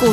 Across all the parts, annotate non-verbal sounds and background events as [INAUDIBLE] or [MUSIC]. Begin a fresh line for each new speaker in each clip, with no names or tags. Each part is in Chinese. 股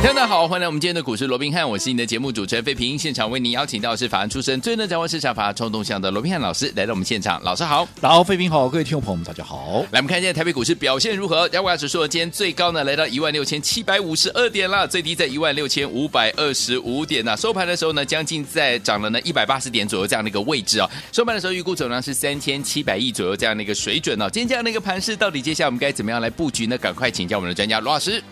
大家好，欢迎来我们今天的股市罗宾汉，我是你的节目主持人费平。现场为您邀请到的是法案出身、最能掌握市场法案冲动向的罗宾汉老师来到我们现场，老师好。
然后，费平好，各位听众朋友们，大家好。
来，我们看一下台北股市表现如何？加股指数今天最高呢来到一万六千七百五十二点啦，最低在一万六千五百二十五点呐、收盘的时候呢，将近在涨了呢一百八十点左右这样的一个位置哦。收盘的时候预估总量是三千七百亿左右这样的一个水准哦。今天这样的一个盘势，到底接下来我们该怎么样来布局呢？赶快请教我们的专家罗老师。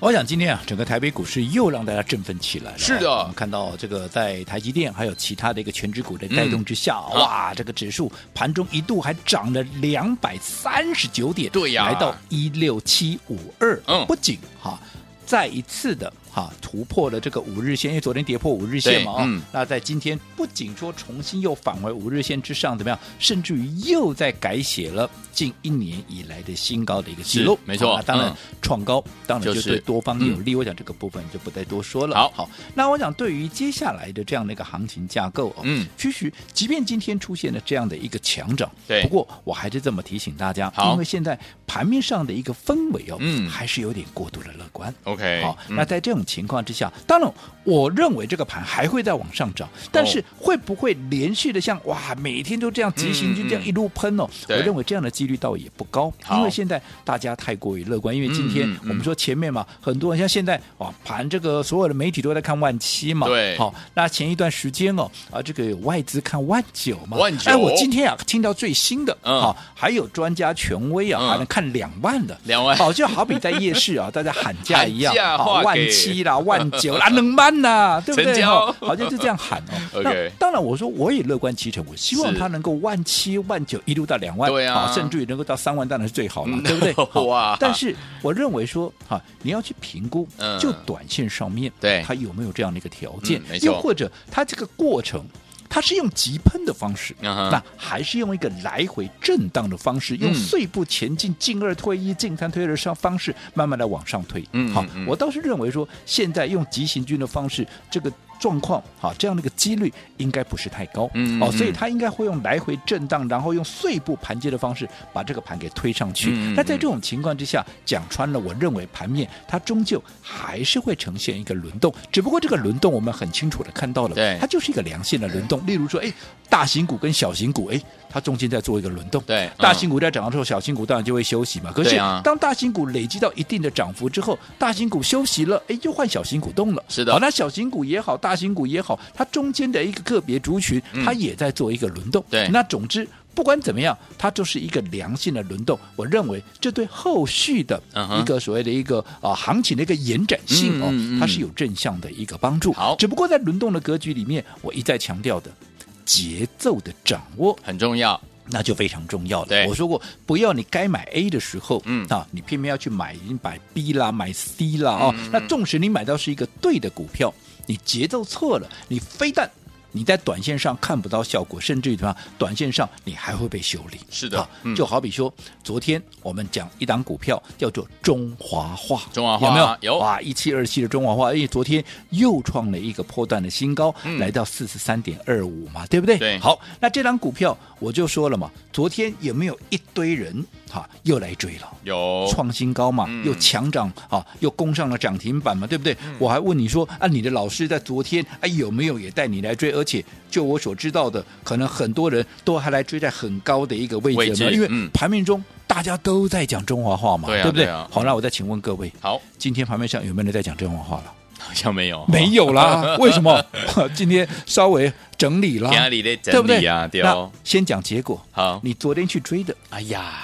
我想今天啊，整个台北股市又让大家振奋起来了哦。
是的
我们看到这个在台积电还有其他的一个全指股的带动之下，
嗯
哇，这个指数盘中一度还涨了两百三十九点，
对呀
来到一六七五二，
嗯
不仅哈。再一次的哈突破了这个五日线，因为昨天跌破五日线嘛，
对
哦，
嗯
那在今天不仅说重新又返回五日线之上，怎么样，甚至于又在改写了近一年以来的新高的一个记
是
录，
没错
好那当然
嗯
创高，当然
就
就是对多方有利。我想这个部分就不再多说了。
嗯好
好，那我想对于接下来的这样的一个行情架构哦，
嗯，
其实即便今天出现了这样的一个强涨，
对
不过我还是这么提醒大家，
好
因为现在盘面上的一个氛围哦，
嗯
还是有点过度的乐观。
OK，
好，
嗯
那在这种情况之下，当然我认为这个盘还会再往上涨，但
哦
是会不会连续的像哇每天都这样急行
嗯
军这样
嗯
一路喷哦？我
对
认为这样的几率倒也不高，
好
因为现在大家太过于乐观，因为今天
嗯嗯嗯
我们说前面嘛，很多人像现在哇盘这个所有的媒体都在看万七嘛，
对
好，那前一段时间哦啊这个有外资看万九嘛，
万九
哎，我今天啊听到最新的，
嗯
好，还有专家权威啊
嗯
还能看两万的，
两万
好，就好比在夜市啊，大 [LAUGHS] 家喊价一
喊
样，
价
好
划
万
给
七啦、万九啦、 [LAUGHS] 能办呐，对不
成
对？
交
哈好像就这样喊哦。
[LAUGHS] OK
那当然，我说我也乐观其成，我希望
是
它能够万七、万九一路到两万，
对啊
好甚至于能够到三万，当然是最好了
嗯，
对
[LAUGHS]
不对？ [LAUGHS] 好
哇
但是我认为说，哈，你要去评估
嗯，
就短线上面，
对
它有没有这样的一个条件
嗯没，错
又或者它这个过程。它是用急喷的方式，
嗯哼
那还是用一个来回震荡的方式，用
嗯
碎步前进、进二退一、进三退二的上方式，慢慢的往上推。
嗯
好
嗯，嗯
我倒是认为说，现在用急行军的方式，这个状况好，这样的一个几率应该不是太高。
嗯嗯
哦，所以
嗯
它应该会用来回震荡，然后用碎步盘接的方式把这个盘给推上去。
嗯嗯
那在
嗯
这种情况之下，讲穿了，我认为盘面它终究还是会呈现一个轮动，只不过这个轮动我们很清楚的看到了，
对
它就是一个良性的轮动。例如说，哎，大型股跟小型股，哎，它中间在做一个轮动。
对嗯
大型股在涨的时候，小型股当然就会休息嘛。可
对
是
啊
当大型股累积到一定的涨幅之后，大型股休息了，哎，又换小型股动了。
是的
好，那小型股也好，大型股也好，它中间的一个个别族群，它也在做一个轮动。
嗯对
那总之。不管怎么样，它就是一个良性的轮动。我认为这对后续的
嗯哼
一个所谓的一个啊、行情的一个延展性哦，
嗯嗯嗯
它是有正向的一个帮助。
好
只不过在轮动的格局里面，我一再强调的节奏的掌握
很重要，
那就非常重要了
对。
我说过，不要你该买 A 的时候，
嗯
啊，你偏偏要去买，你买 B 啦，买 C 啦哦。
嗯
那纵使你买到是一个对的股票，你节奏错了，你非但你在短线上看不到效果，甚至于什么样，短线上你还会被修理。
是的
啊
嗯
就好比说，昨天我们讲一档股票叫做中华化，
中华化
有没有？
有
哇，啊一七二七的中华化，因为昨天又创了一个波段的新高，
嗯
来到四十三点二五嘛，对不对？
对
好，那这张股票我就说了嘛，昨天有没有一堆人哈、又来追了？
有
创新高嘛，
嗯
又强涨啊，又攻上了涨停板嘛，对不对？我还问你说啊，你的老师在昨天哎有没有也带你来追？而且就我所知道的，可能很多人都还来追在很高的一个位置，
位置
有没有因
嗯
为盘面中大家都在讲中华话嘛，
对啊
不对？
对啊
好，那我再请问各位，
好， [LAUGHS]
今天盘面上有没有人在讲中华话了？
好像没有，
没有啦，
[LAUGHS]
为什么？ [LAUGHS] 今天稍微整理啦，
家里的整
对不对
理啊，对
那
哦，
先讲结果，
好，
你昨天去追的，
哎呀，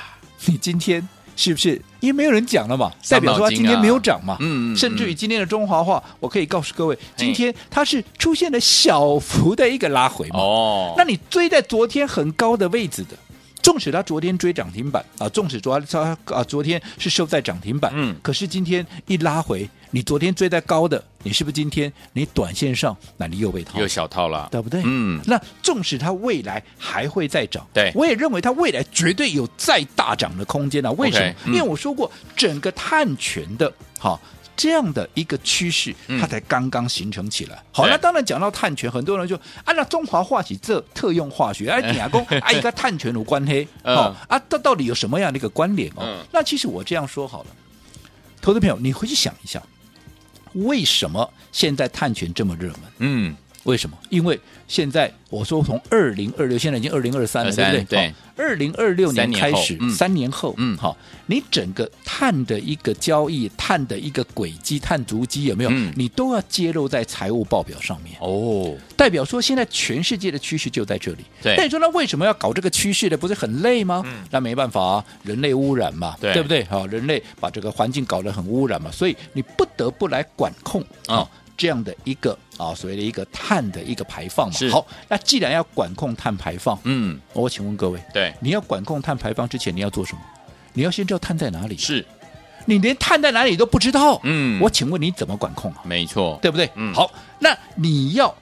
你今天是不是？因为没有人讲了嘛，代
伤脑筋啊
表说它今天没有涨嘛。
嗯嗯
甚至于今天的中华话，我可以告诉各位，今天它是出现了小幅的一个拉回嘛。
哦，
那你追在昨天很高的位置的，纵使它昨天追涨停板啊，纵使昨它啊昨天是收在涨停板，
嗯
可是今天一拉回，你昨天追在高的，你是不是今天你短线上那你又被套
又？小套了，
对不对？
嗯
那纵使它未来还会再涨，
对
我也认为它未来绝对有再大涨的空间啊。为什么
OK，嗯
因为我说过，整个碳权的，好。这样的一个趋势
嗯，
它才刚刚形成起来。好，
对
那当然讲到碳权，很多人就啊，那中华化学这特用
[LAUGHS]
化学，哎，你阿公啊，一个碳权有关黑，
嗯
哦啊，它到底有什么样的一个关联哦
嗯？
那其实我这样说好了，投资朋友，你回去想一下，为什么现在碳权这么热门？
嗯，
为什么？因为现在我说从二零二六，现在已经二零二三了，
23
对不对？
对
好。二零二六
三
年
年
开
后
始
嗯，
三年后，
嗯
好，你整个碳的一个交易、碳的一个轨迹、碳足迹有没有
嗯？
你都要揭露在财务报表上面。
哦，
代表说现在全世界的趋势就在这里。
对嗯
那你说那为什么要搞这个趋势呢？不是很累吗？那没办法啊，人类污染嘛，
对
不对？好、人类把这个环境搞得很污染嘛，所以你不得不来管控
嗯
啊。这样的一个啊，所谓的一个碳的一个排放嘛
是。
好，那既然要管控碳排放，
嗯，
我请问各位，
对，
你要管控碳排放之前，你要做什么？你要先知道碳在哪里。
是，
你连碳在哪里都不知道，
嗯
我请问你怎么管控啊？
没错， [LAUGHS]
对不对？
嗯
好，那你要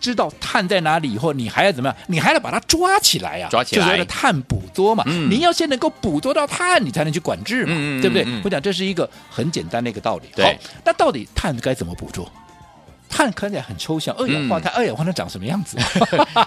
知道碳在哪里以后，你还要怎么样？你还要把它抓起来呀、啊，
抓起来
就是为了碳捕捉嘛。
嗯
你要先能够捕捉到碳，你才能去管制嘛，
嗯嗯嗯
对不对？
嗯
我讲这是一个很简单的一个道理。
对
好，那到底碳该怎么捕捉？碳看起来很抽象，二氧化碳，二氧化碳长什么样子？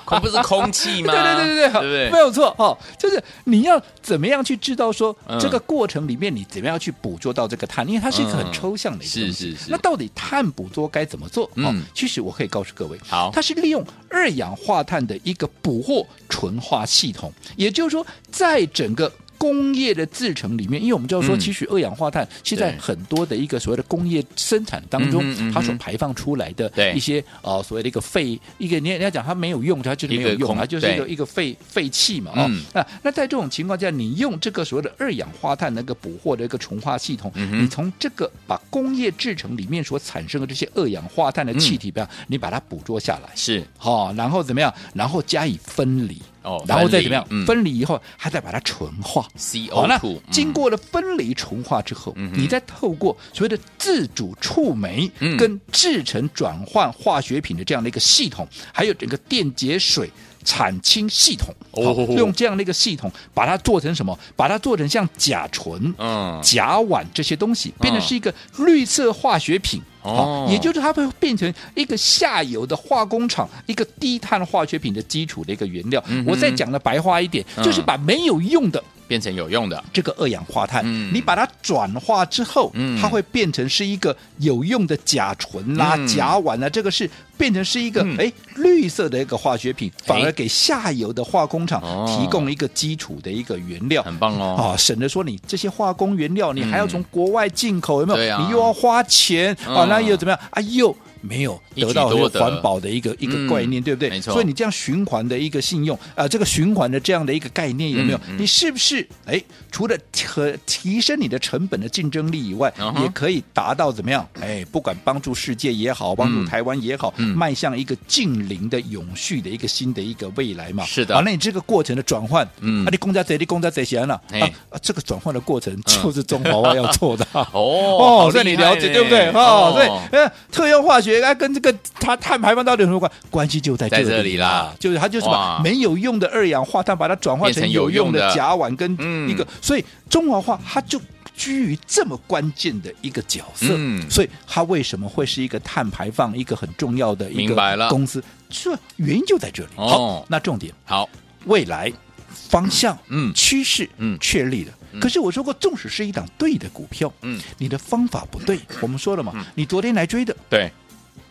空哦不是空气吗？
[LAUGHS] 对对对
对
对对，
不对？
没有错哦，就是你要怎么样去知道说、
嗯
这个过程里面你怎么样去捕捉到这个碳，因为它是一个很抽象的一个
嗯
东西。
是是是
那到底碳捕捉该怎么做？哦
嗯，
其实我可以告诉各位，
好
它是利用二氧化碳的一个捕获纯化系统，也就是说，在整个。工业的制成里面，因为我们知道说，
嗯
其实二氧化碳是在
对
很多的一个所谓的工业生产当中
嗯哼嗯哼，
它所排放出来的
对
一些呃所谓的一个废一个，你你要讲它没有用，它就是没有
一个
用，
空
它就是一个
对
一个废废气嘛，哦，
嗯
那那在这种情况下，你用这个所谓的二氧化碳那个捕获的一个纯化系统，
嗯哼
你从这个把工业制成里面所产生的这些二氧化碳的气体吧，你把它捕捉下来。
是，
好、然后怎么样？然后加以分离，
哦
然后
分
再
离
怎么样？
嗯
分离以后，还再把它纯化。
CO2
好，那
嗯
经过了分离纯化之后，
嗯哼
你再透过所谓的自主触媒
嗯
跟制成转换化学品的这样的一个系统，还有整个电解水。产氢系统，
哦
好用这样的一个系统，把它做成什么？把它做成像甲醇、
嗯，
甲烷这些东西，变成是一个绿色化学品。
啊哦
好也就是它会变成一个下游的化工厂一个低碳化学品的基础的一个原料。
嗯哼
我再讲的白话一点，
嗯
就是把没有用的
变成有用的，
这个二氧化碳，
嗯
你把它转化之后，
嗯
它会变成是一个有用的甲醇啦、
嗯
甲烷啊啦，这个是变成是一个
嗯
哎、绿色的一个化学品，反而给下游的化工厂
哦
提供一个基础的一个原料。
很棒哦，
啊，省得说你这些化工原料，你还要从国外进口，有没有？
对啊
你又要花钱
嗯
啊，那又怎么样啊？又没有得到
一举
这
多
个
得
环保的一个一
嗯
个概念，对不对？
没错
所以你这样循环的一个信用啊、这个循环的这样的一个概念有没有？
嗯嗯
你是不是哎，除了和提升你的成本的竞争力以外，
嗯哼
也可以达到怎么样？哎，不管帮助世界也好，帮助
嗯
台湾也好，
嗯
迈向一个近邻的永续的一个新的一个未来嘛？
是的
啊，那你这个过程的转换，
嗯
啊，你公家贼，你公家贼闲了
哎嗯
啊啊，这个转换的过程就是中华话要做的。
[LAUGHS] 哦好
所以
厉
你
害
了解
呢
对不对？哦，
哦
所以呃，特用化学它跟这个它碳排放到底有什么关关系？就在
在
这
这里
里啊
啦
就是它就是把
哇
没有用的二氧化碳把它转化
变
成
成
有
有用
用
的
的甲烷跟
嗯
一个，所以中华话它就。居于这么关键的一个角色，
嗯
所以它为什么会是一个碳排放一个很重要的一
明白了
个公司？这原因就在这里。
哦
好，那重点
好，
未来方向、
嗯
趋势、
嗯
确立了。可是我说过，纵使是一档对的股票，
嗯，
你的方法不对，我们说了嘛，你昨天来追的，
对，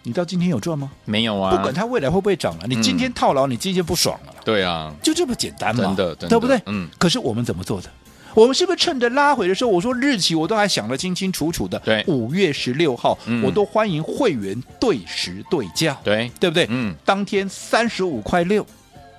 你到今天有赚吗？
没有啊，
不管它未来会不会涨了，
嗯
你今天套牢，你今天不爽了，
对啊，
就这么简单嘛，
真的真的
对不对？
嗯。
可是我们怎么做的？我们是不是趁着拉回的时候，我说日期我都还想得清清楚楚的，
对
五月十六号，
嗯
我都欢迎会员对时对价，
对，
对不对？
嗯，
当天三十五块六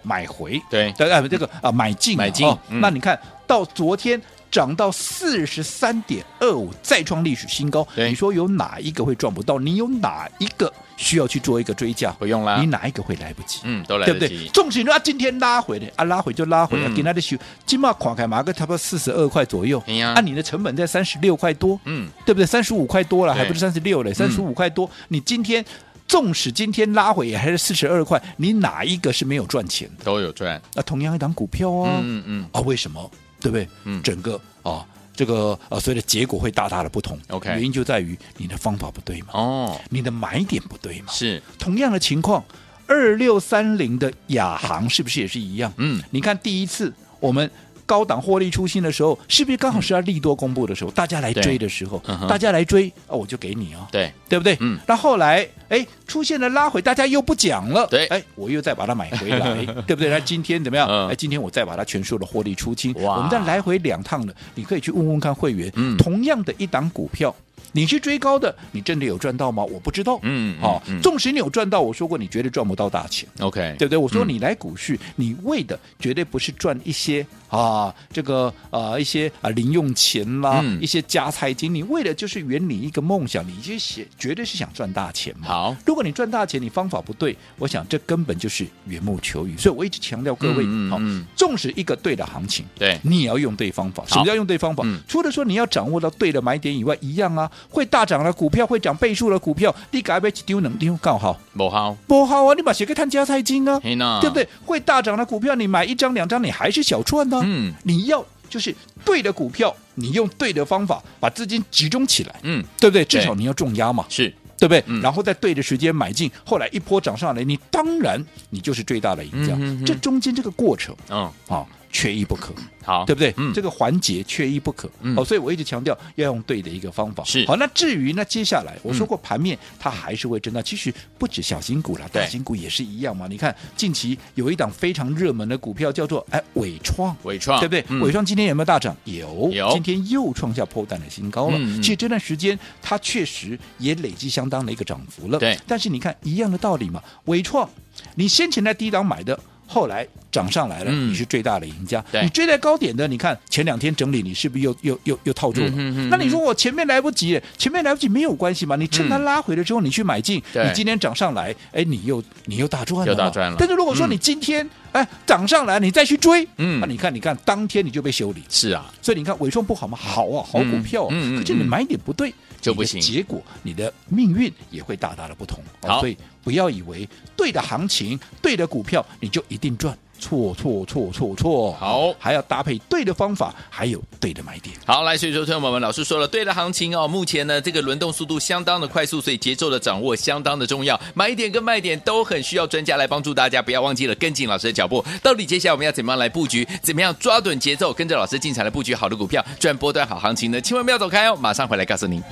买回，
对
呃对，哎，这个啊买进嘛，
买进
哦
嗯
那你看到昨天涨到四十三点二五，再创历史新高。
对
你说有哪一个会赚不到？你有哪一个需要去做一个追加？
不用啦
你哪一个会来不及？
啊嗯，都来
对不
得
对？
及。
纵使你说啊，今天拉回的啊，拉回就拉回啊
嗯，
给他的修，今嘛垮开马个差不多四十二块左右，
哎呀
啊，你的成本在三十六块多，
嗯，
对不对？三十五块多了，
对嗯
还不是三十六嘞，三十五块多，你今天纵使今天拉回也还是四十二块，你哪一个是没有赚钱的？
都有赚。
啊，同样一档股票哦，
嗯嗯嗯
啊，为什么？对不对？
嗯
整个啊，这个啊，所以的结果会大大的不同。
OK
原因就在于你的方法不对嘛，
哦，
你的买点不对嘛。
是，
同样的情况，二六三零的亚航是不是也是一样？
嗯，
你看第一次我们。高档获利出新的时候，是不是刚好是要利多公布的时候，大家来
嗯对
追的时候，
嗯哼
大家来追啊，我就给你啊、
对，
对不对？
嗯
那后来哎出现了拉回，大家又不讲了，
对
哎，我又再把它买回
[LAUGHS]
来，对不对？那今天怎么样？
嗯
哎，今天我再把它全数的获利出清，
哇
我们再来回两趟了，你可以去问问看会员，
嗯
同样的一档股票。你去追高的，你真的有赚到吗？我不知道。
嗯嗯
好、
嗯
纵使你有赚到，我说过你绝对赚不到大钱。
OK，
对不对？我说
嗯
你来股市，你为的绝对不是赚一些啊，这个啊一些啊零用钱啦，
嗯
一些加菜金，你为的就是圆你一个梦想，你就写绝对是想赚大钱嘛。
好，
如果你赚大钱，你方法不对，我想这根本就是缘木求鱼。所以我一直强调各位，
嗯嗯
好、
嗯
纵使一个对的行情，
对，
你也要用对方法。
好
什么叫用对方法？
嗯
除了说你要掌握到对的买点以外，一样啊，会大涨的股票，会涨倍数的股票，你改被丢能丢刚好。
某号，
不好啊，你把鞋给探加财经啊，
嘿呐，
对不？对？会大涨的股票，你买一张两张，你还是小赚呢、
嗯
你要就是对的股票，你用对的方法把资金集中起来，
嗯，
对不对？至少你要重压嘛，
是，
对不对？
嗯
然后在对的时间买进，后来一波涨上来，你当然你就是最大的赢家。
嗯哼哼
这中间这个过程
嗯，
啊，缺一不可。
好，
对不对？
嗯，
这个环节缺一不可。
嗯
好，所以我一直强调要用对的一个方法。
是
好，那至于呢，接下来我说过盘面它还是会震荡，其实不止小型股啦，
对
大型股也是一样嘛。你看近期有一档非常热门的股票叫做哎伟创。
伟创，
对不对？
嗯
伟创今天有没有大涨？有，
有
今天又创下破蛋的新高了。
嗯嗯
其实这段时间它确实也累积相当的一个涨幅了。
对
但是你看一样的道理嘛，伟创你先前在低档买的。后来涨上来了，
嗯
你是最大的赢家。
对
你追在高点的，你看前两天整理，你是不是又又又又套住了？
嗯哼哼
那你说我前面来不及，前面来不及没有关系嘛？你趁它
嗯
拉回了之后，你去买进，
对
你今天涨上来，哎，你又你又大赚了嘛，
又大赚了
但是如果说
嗯
你今天、哎涨上来，你再去追，
嗯
那你看，你看，当天你就被修理，
是啊，
所以你看伟创不好吗？好啊，好股票、啊，
嗯嗯嗯
可是你买点不对
就不行
你的结果你的命运也会大大的不同。哦
好
所以不要以为对的行情、对的股票你就一定赚，错错错错错，
好
还要搭配对的方法，还有对的买点。
好，来，所以说，听我们老师说了，对的行情哦，目前呢这个轮动速度相当的快速，所以节奏的掌握相当的重要，买点跟卖点都很需要专家来帮助大家，不要忘记了跟紧老师的脚步。到底接下来我们要怎么样来布局？怎么样抓准节奏，跟着老师进场来布局好的股票，赚波段好行情呢？千万不要走开哦，马上回来告诉您。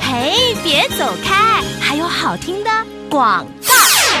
嘿，别走开，还有好听的广。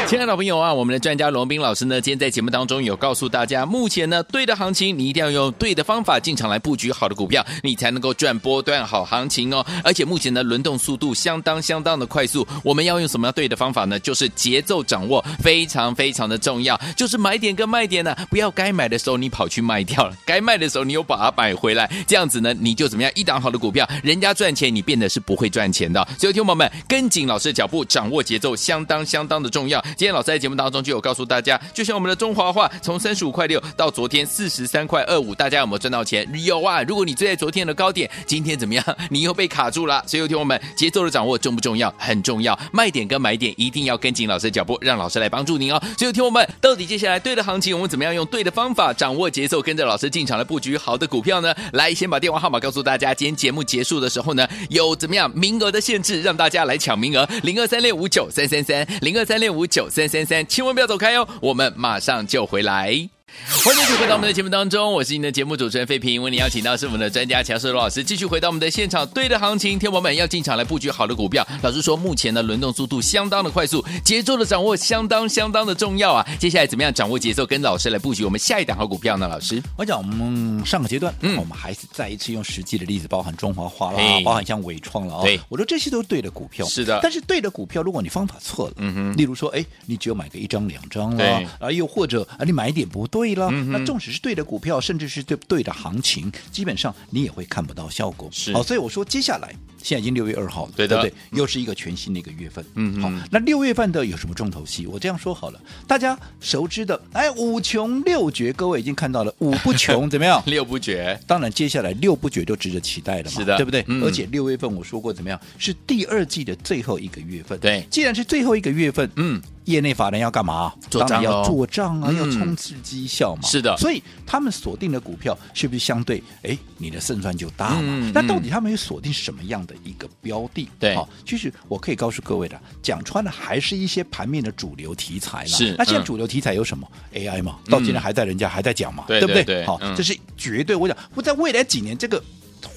亲爱的朋友啊，我们的专家罗斌老师呢，今天在节目当中有告诉大家，目前呢对的行情，你一定要用对的方法进场来布局好的股票，你才能够赚波段好行情哦。而且目前呢轮动速度相当相当的快速，我们要用什么样对的方法呢？就是节奏掌握非常非常的重要，就是买点跟卖点呢、不要该买的时候你跑去卖掉了，该卖的时候你又把它买回来，这样子呢你就怎么样一档好的股票，人家赚钱你变得是不会赚钱的。所以听众朋友们跟紧老师的脚步，掌握节奏相当相当的重要。今天老师在节目当中就有告诉大家，就像我们的中华话从三十五块六到昨天四十三块二五，大家有没有赚到钱？有啊！如果你追在昨天的高点，今天怎么样？你又被卡住了。所以听我们节奏的掌握重不重要？很重要，卖点跟买点一定要跟紧老师的脚步，让老师来帮助您哦。所以听我们到底接下来对的行情，我们怎么样用对的方法掌握节奏，跟着老师进场来布局好的股票呢？来，先把电话号码告诉大家，今天节目结束的时候呢，有怎么样名额的限制，让大家来抢名额，零二三六五九三三三，零二三六五九三三三，千万不要走开哦，我们马上就回来。欢迎继续回到我们的节目当中，我是您的节目主持人费平，为您邀请到是我们的专家乔世罗老师，继续回到我们的现场。对的行情，天王们要进场来布局好的股票。老师说，目前的轮动速度相当的快速，节奏的掌握相当相当的重要啊。接下来怎么样掌握节奏，跟老师来布局我们下一档好股票呢？老师，
我想我们上个阶段，
嗯
我们还是再一次用实际的例子，包含中华化啦
嘿，
包含像伟创了啊、
对
我说这些都是对的股票，
是的
但是对的股票，如果你方法错了，
嗯哼
例如说，哎，你只有买个一张两张啦
对，
啊，又或者啊，你买一点不对对了。
嗯哼
那纵使是对的股票，甚至是对对的行情，基本上你也会看不到效果。哦
是
好，所以我说接下来现在已经六月二号了，
对的
不对？又是一个全新的一个月份。
嗯
好
嗯，
那六月份的有什么重头戏？我这样说好了，大家熟知的，哎，五穷六绝，各位已经看到了，五不穷怎
[LAUGHS]
么样？
六不绝，
当然，接下来六不绝就值得期待了嘛，
是的
对不对？
嗯
而且六月份我说过怎么样，是第二季的最后一个月份。
对
既然是最后一个月份，
嗯，
业内法人要干嘛？
做账
当然
咯
要做账啊，
嗯
要冲刺绩效嘛。
是的
所以他们锁定的股票是不是相对，哎，你的胜算就大嘛？
嗯
那到底他们有锁定什么样的一个标的？
对
好，其实我可以告诉各位的，讲穿了还是一些盘面的主流题材啦。
是
那现在
嗯
主流题材有什么？AI 嘛，到今天还在人家还在讲嘛，
对
不
对
对？
对
好，
嗯
这是绝对，我讲我在未来几年这个。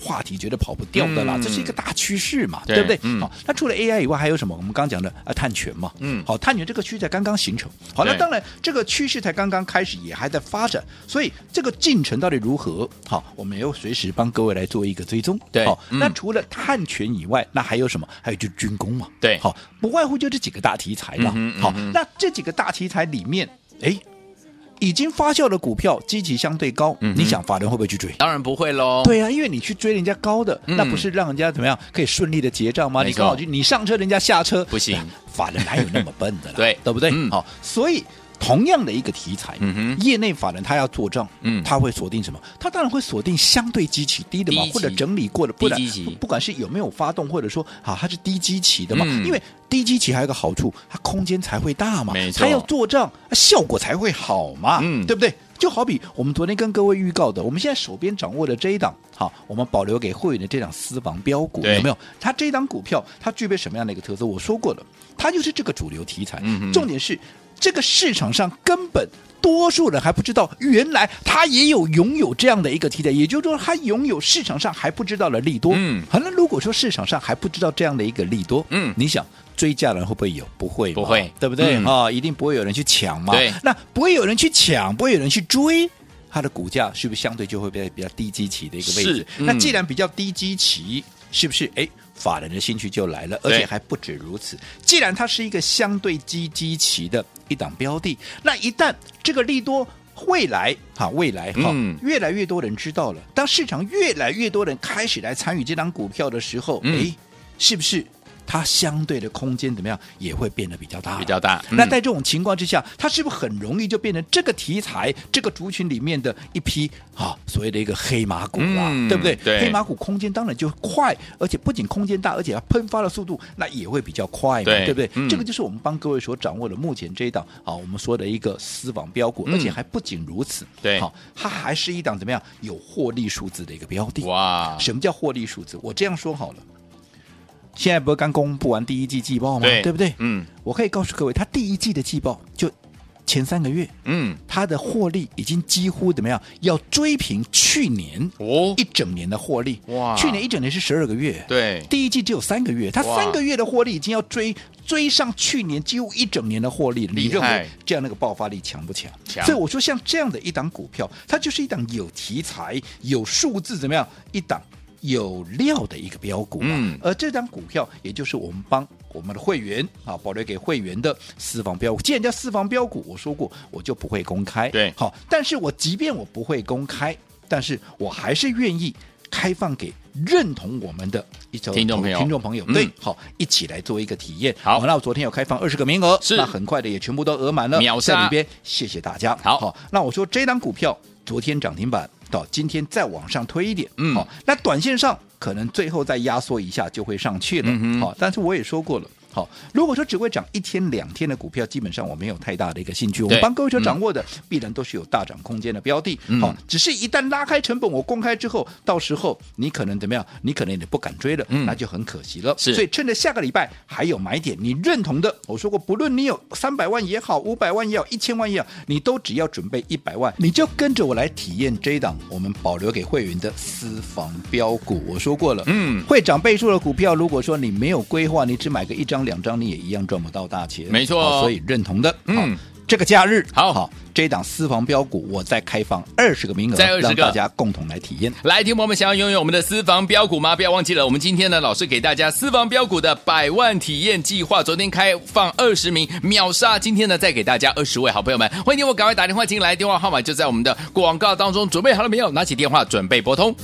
话题绝对跑不掉的啦，
嗯
这是一个大趋势嘛，
对
对不对？
嗯
好，那除了 AI 以外，还有什么？我们刚讲的啊，碳权嘛，
嗯
好，碳权这个趋势才刚刚形成。好，那
对
当然这个趋势才刚刚开始，也还在发展，所以这个进程到底如何？好，我们也有随时帮各位来做一个追踪。
对
好，
嗯
那除了碳权以外，那还有什么？还有就是军工嘛，
对
好，不外乎就这几个大题材啦
嗯哼。
好
嗯哼，
那这几个大题材里面，哎。已经发酵的股票，基期相对高，
嗯哼
你想法人会不会去追？
当然不会喽。
对啊，因为你去追人家高的，
哦嗯
那不是让人家怎么样可以顺利的结账吗？
没
你
错
刚好就你上车，人家下车，
不行
哎法人哪有那么笨的啦？
对
对不对？
嗯
好，所以。同样的一个题材，
嗯哼
业内法人他要做账，
嗯
他会锁定什么？他当然会锁定相对基期低的嘛
低，基
或者整理过的，不然
低基期
不管是有没有发动，或者说啊，它是低基期的嘛，
嗯
因为低基期还有一个好处，它空间才会大嘛
没，错
它要做账，效果才会好嘛，
嗯
对不对？就好比我们昨天跟各位预告的，我们现在手边掌握的这一档，好，我们保留给会员的这档私房标股，
对
有没有？它这一档股票它具备什么样的一个特色？我说过了，它就是这个主流题材。
嗯哼
重点是这个市场上根本。多数人还不知道，原来它也有拥有这样的一个题材，也就是说，它拥有市场上还不知道的利多。
嗯
好，那如果说市场上还不知道这样的一个利多，
嗯
你想追价的人会不会有？不会嘛，
不会
对不对？啊、
嗯
一定不会有人去抢嘛。
对
那不会有人去抢，不会有人去追，它的股价是不是相对就会被比较低基期的一个位
是
置？
嗯
那既然比较低基期，是不是哎？法人的兴趣就来了，而
对
且还不止如此。既然它是一个相对基基期的一档标的，那一旦这个利多未来哈，未来哈、
嗯
越来越多人知道了，当市场越来越多人开始来参与这档股票的时候，哎、
嗯
是不是它相对的空间怎么样也会变得比较大了？
比较大。
那
嗯
在这种情况之下，它是不是很容易就变成这个题材、这个族群里面的一批啊所谓的一个黑马股啦，
嗯
对不对？
对
黑马股空间当然就快，而且不仅空间大，而且它喷发的速度那也会比较快嘛，
对
不对、
嗯
这个就是我们帮各位所掌握的目前这一档啊，我们说的一个私房标股，
嗯
而且还不仅如此，
对
好、它还是一档怎么样有获利数字的一个标的。
哇，
什么叫获利数字？我这样说好了，现在不是刚公布完第一季季报吗？不对？
嗯
我可以告诉各位，它第一季的季报就前三个月，
嗯，
它的获利已经几乎怎么样？要追平去年
哦
一，整年的获利。
哇
去年一整年是十二个月，
对，
第一季只有三个月，它
哇
三个月的获利已经要追追上去年几乎一整年的获利了。
厉
你认
害
为这样的一个爆发力强不强？
强
所以我说，像这样的一档股票，它就是一档有题材、有数字怎么样一档。有料的一个标股嘛，
嗯
而这张股票也就是我们帮我们的会员啊保留给会员的私房标股。既然叫私房标股，我说过我就不会公开，
对
好，但是我即便我不会公开，但是我还是愿意开放给认同我们的一种
听众朋友
听众朋友，
嗯
对，好，一起来做一个体验。
好
那我昨天有开放二十个名额，
是
那很快的也全部都额满了，
秒杀
在里边，谢谢大家。
好
那我说这档股票昨天涨停板到今天再往上推一点，
嗯
好，那短线上可能最后再压缩一下就会上去了，
嗯哼
好，但是我也说过了。好，如果说只会涨一天两天的股票，基本上我没有太大的一个兴趣。我们
对
帮各位所
嗯
掌握的，必然都是有大涨空间的标的。
嗯
好，只是一旦拉开成本，我公开之后，到时候你可能怎么样？你可能也不敢追了，
嗯
那就很可惜了。
是
所以趁着下个礼拜还有买点，你认同的，我说过，不论你有三百万也好，五百万也好，一千万也好，你都只要准备一百万，你就跟着我来体验这一档我们保留给会员的私房标股。我说过了，
嗯
会涨倍数的股票，如果说你没有规划，你只买个一张两张，你也一样赚不到大钱。
没错
好所以认同的，
嗯
好。这个假日，
好
这一档私房标股我再开放二十个名额，
再20个
让大家共同来体验。
来，听众朋友们，想要拥有我们的私房标股吗？不要忘记了，我们今天呢，老师给大家私房标股的百万体验计划，昨天开放二十名，秒杀，今天呢再给大家二十位好朋友们，欢迎你我赶快打电话进来，电话号码就在我们的广告当中，准备好了没有？拿起电话准备拨通。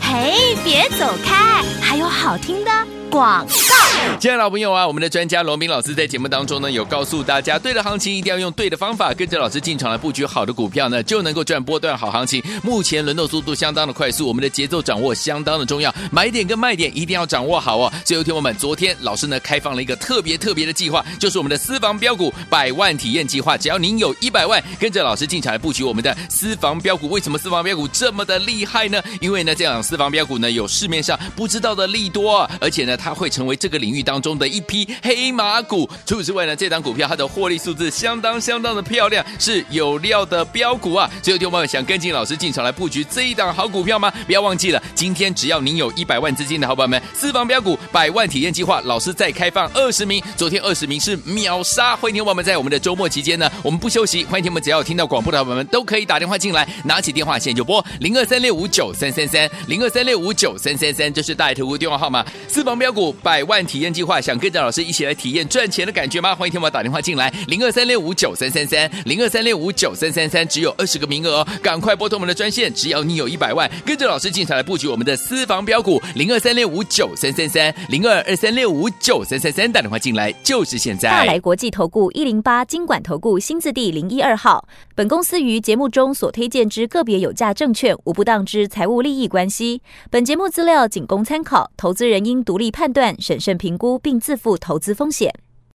嘿，别走开，还有好听的广告。
亲爱的老朋友啊，我们的专家罗明老师在节目当中呢，有告诉大家，对的行情一定要用对的方法，跟着老师进场来布局好的股票呢，就能够赚波段好行情。目前轮动速度相当的快速，我们的节奏掌握相当的重要，买点跟卖点一定要掌握好哦。所以，听我们，昨天老师呢开放了一个特别特别的计划，就是我们的私房标股百万体验计划，只要您有一百万，跟着老师进场来布局我们的私房标股。为什么私房标股这么的厉害呢？因为呢，这样私房标股呢有市面上不知道的利多啊，而且呢，它会成为这个领域当中的一匹黑马股。除此之外呢，这档股票它的获利数字相当相当的漂亮，是有料的标股啊。所以，听众朋友们想跟进老师进场来布局这一档好股票吗？不要忘记了，今天只要您有一百万资金的好朋友们，私房标股百万体验计划，老师再开放二十名，昨天二十名是秒杀。欢迎听众朋友们在我们的周末期间呢，我们不休息，欢迎听众们只要有听到广播的好朋友们都可以打电话进来，拿起电话线就拨零二三六五九三三三零二三六五九三三三，这是大爱投顾电话号码。私房标股百万体验计划，想跟着老师一起来体验赚钱的感觉吗？欢迎听我打电话进来，零二三六五九三三三零二三六五九三三三，只有二十个名额哦，赶快拨通我们的专线，只要你有一百万，跟着老师进场来布局我们的私房标股零二三六五九三三三零二二三六五九三三三，打电话进来就是现在。
大来国际投顾一零八金管投顾新字第零一二号。本公司于节目中所推荐之个别有价证券，无不当之财务利益关系。本节目资料仅供参考，投资人应独立判断、审慎评估，并自负投资风险。